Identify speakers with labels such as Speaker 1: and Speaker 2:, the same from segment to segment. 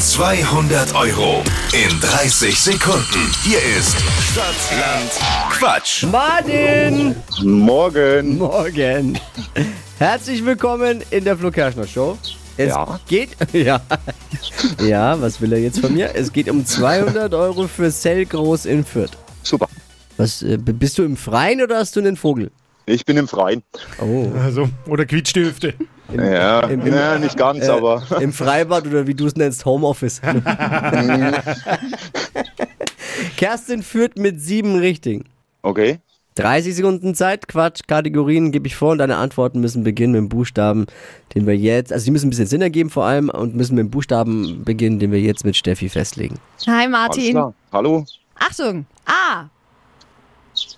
Speaker 1: 200 Euro in 30 Sekunden. Hier ist Stadtland Quatsch.
Speaker 2: Martin!
Speaker 3: Morgen.
Speaker 2: Morgen! Herzlich willkommen in der Flo Kerschner Show. Es
Speaker 3: Ja.
Speaker 2: geht. Ja. ja, was will er jetzt von mir? Es geht um 200 Euro für Cell Groß in Fürth.
Speaker 3: Super.
Speaker 2: Was, äh, b- bist du im Freien oder hast du einen Vogel?
Speaker 3: Ich bin im Freien.
Speaker 2: Oh.
Speaker 4: Also, oder quietscht die Hüfte.
Speaker 3: Ja,
Speaker 2: im- äh, im-
Speaker 3: na, nicht ganz, aber
Speaker 2: Im Freibad oder wie du es nennst, Homeoffice. Kerstin führt mit sieben richtigen.
Speaker 3: okay.
Speaker 2: 30 Sekunden Zeit, Quatsch, Kategorien gebe ich vor und deine Antworten müssen beginnen mit dem Buchstaben, den wir jetzt, also die müssen ein bisschen Sinn ergeben vor allem und müssen mit dem Buchstaben beginnen, den wir jetzt mit Steffi festlegen.
Speaker 5: Hi
Speaker 3: Alles
Speaker 5: Martin.
Speaker 3: klar. Hallo.
Speaker 5: Achtung. A.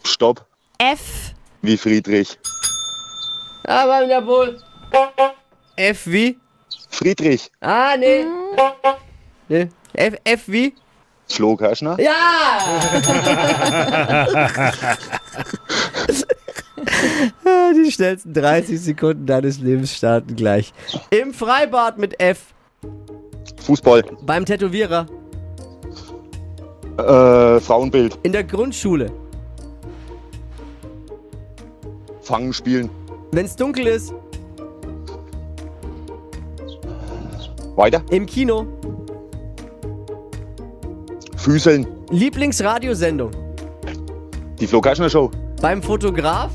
Speaker 3: Stopp.
Speaker 5: F.
Speaker 3: Wie Friedrich.
Speaker 2: Aber jawohl. F wie?
Speaker 3: Friedrich.
Speaker 2: Ah, nee. Nee. F, F wie?
Speaker 3: Flo Kerschner.
Speaker 2: Ja! Ah, Die schnellsten 30 Sekunden deines Lebens starten gleich. Im Freibad mit F,
Speaker 3: Fußball.
Speaker 2: beim Tätowierer,
Speaker 3: Äh, Frauenbild.
Speaker 2: in der Grundschule,
Speaker 3: Fangen spielen.
Speaker 2: wenn's dunkel ist,
Speaker 3: Weiter.
Speaker 2: im Kino,
Speaker 3: Füßeln.
Speaker 2: Lieblingsradiosendung,
Speaker 3: Die Flo Kerschner Show.
Speaker 2: beim Fotograf,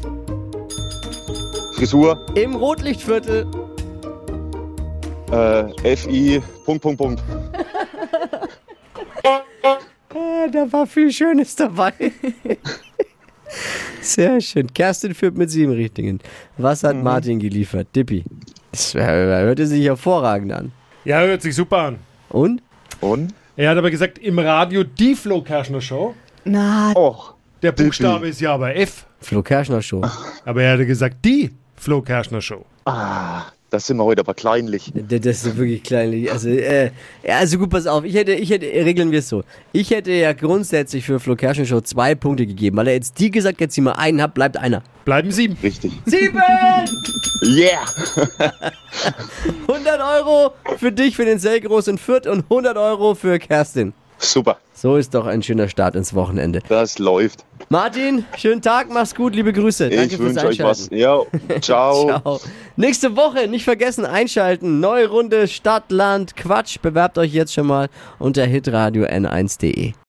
Speaker 3: Frisur.
Speaker 2: im Rotlichtviertel,
Speaker 3: Äh, FI. Punkt, Punkt, Punkt.
Speaker 2: Ah, da war viel Schönes dabei. Sehr schön. Kerstin führt mit sieben Richtigen. Was hat Martin geliefert? Dippi. Das äh, hörte sich hervorragend an.
Speaker 4: Ja, hört sich super an.
Speaker 2: Und?
Speaker 3: Und?
Speaker 4: Er hat aber gesagt, im Radio die Flo Kerschner Show.
Speaker 5: Na,
Speaker 3: Och.
Speaker 4: Der Buchstabe ist ja aber F.
Speaker 2: Flo Kerschner Show.
Speaker 4: Aber er hatte gesagt, die Flo Kerschner Show.
Speaker 3: Ah, das sind wir heute aber kleinlich.
Speaker 2: D- Das ist wirklich kleinlich. Also, äh, ja, also gut, pass auf. Ich hätte, ich hätte, regeln wir es so. Ich hätte ja grundsätzlich für Flo Kerschner Show zwei Punkte gegeben, weil er jetzt die gesagt, jetzt sie mal einen hat, bleibt einer.
Speaker 4: Bleiben sieben.
Speaker 3: Richtig.
Speaker 2: Sieben!
Speaker 3: Yeah.
Speaker 2: 100 Euro für dich, für den Selgros in Fürth und 100 Euro für Kerstin.
Speaker 3: Super.
Speaker 2: So ist doch ein schöner Start ins Wochenende.
Speaker 3: Das läuft.
Speaker 2: Martin, schönen Tag, mach's gut, liebe Grüße. Danke
Speaker 3: ich
Speaker 2: fürs
Speaker 3: wünsche euch
Speaker 2: Einschalten.
Speaker 3: was. Ja. Ciao.
Speaker 2: Ciao. Nächste Woche nicht vergessen einschalten. Neue Runde Stadt, Land, Quatsch. Bewerbt euch jetzt schon mal unter hitradio n1.de.